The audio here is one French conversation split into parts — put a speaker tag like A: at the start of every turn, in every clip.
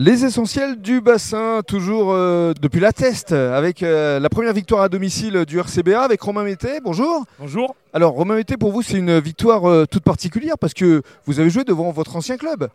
A: Les essentiels du bassin, toujours euh, depuis la test, avec euh, la première victoire à domicile du RCBA avec Romain Mété. Bonjour.
B: Bonjour.
A: Alors Romain Mété, pour vous, c'est une victoire euh, toute particulière parce que vous avez joué devant votre ancien club.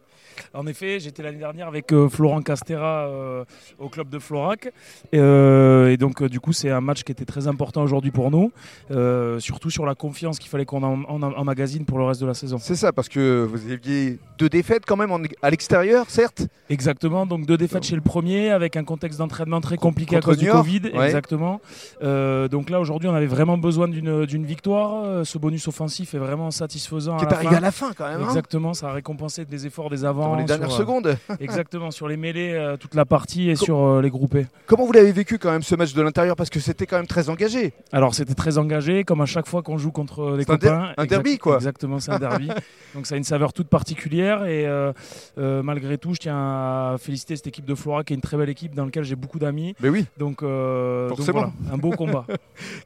B: En effet, j'étais l'année dernière avec euh, Florent Castera euh, au club de Florac. Et, euh, et donc, euh, du coup, c'est un match qui était très important aujourd'hui pour nous, euh, surtout sur la confiance qu'il fallait qu'on en, en- emmagasine pour le reste de la saison.
A: C'est ça, parce que vous aviez deux défaites quand même en- à l'extérieur, certes.
B: Exactement, donc deux défaites chez le premier avec un contexte d'entraînement très compliqué à
A: Contre
B: cause du
A: Niort,
B: Covid.
A: ouais.
B: Exactement. Euh, donc là, aujourd'hui, on avait vraiment besoin d'une d'une victoire. Euh, Ce bonus offensif est vraiment satisfaisant.
A: qui
B: à
A: est
B: la
A: arrivé
B: fin.
A: à la fin quand même. hein,
B: Exactement, ça a récompensé les efforts des avants.
A: dans les dernières
B: sur, euh,
A: secondes.
B: Exactement, sur les mêlées, euh, toute la partie et
A: Co-
B: sur euh, les groupés.
A: Comment vous l'avez vécu quand même ce match de l'intérieur Parce que c'était quand même très engagé.
B: Alors c'était très engagé, comme à chaque fois qu'on joue contre euh, les
A: C'est un der-
B: copains.
A: un derby, quoi.
B: Exactement, c'est un derby. Donc ça a une saveur toute particulière et euh, euh, malgré tout, je tiens à féliciter cette équipe de Flora qui est une très belle équipe dans laquelle j'ai beaucoup d'amis.
A: Mais oui.
B: Donc, euh, donc
A: Forcément.
B: voilà, un beau combat.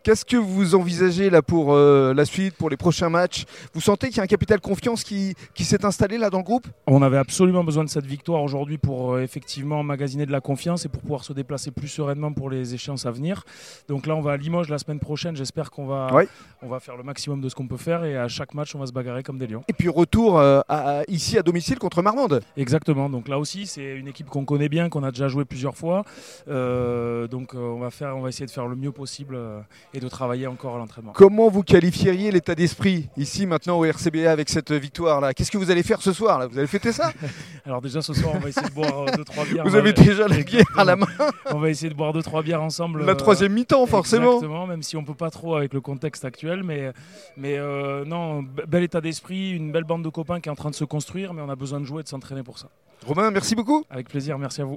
A: Qu'est-ce que vous envisagez là pour euh, la suite, pour les prochains matchs Vous sentez qu'il y a un capital confiance qui, qui s'est installé là dans le groupe
B: On avait absolument besoin de cette victoire aujourd'hui pour euh, effectivement magasiner de la confiance et pour pouvoir se déplacer plus sereinement pour les échéances à venir. Donc là, on va à Limoges la semaine prochaine. J'espère qu'on va,
A: Ouais.
B: on va faire le maximum de ce qu'on peut faire et à chaque match, on va se bagarrer comme des lions.
A: Et puis retour euh, à- à- ici à domicile contre Marmande.
B: Exactement. Donc là aussi, c'est une équipe qu'on connaît bien, qu'on a déjà joué plusieurs fois. Euh, donc euh, on va faire, on va essayer de faire le mieux possible euh, et de travailler encore à l'entraînement.
A: Comment vous qualifieriez l'état d'esprit ici maintenant au RCBA avec cette victoire là Qu'est-ce que vous allez faire ce soir là Vous allez fêter ça
B: Alors déjà ce soir, on va essayer de boire euh, deux trois bières.
A: Vous
B: On
A: avez
B: va-
A: déjà la bière à la main,
B: On va essayer de boire deux trois bières ensemble.
A: la
B: euh,
A: troisième mi-temps forcément.
B: Exactement, même si on peut pas trop avec le contexte actuel, mais, mais euh, non, be- bel état d'esprit, une belle bande de copains qui est en train de se construire, mais on a besoin de jouer et de s'entraîner pour ça.
A: Romain, merci beaucoup.
B: Avec plaisir, merci à vous.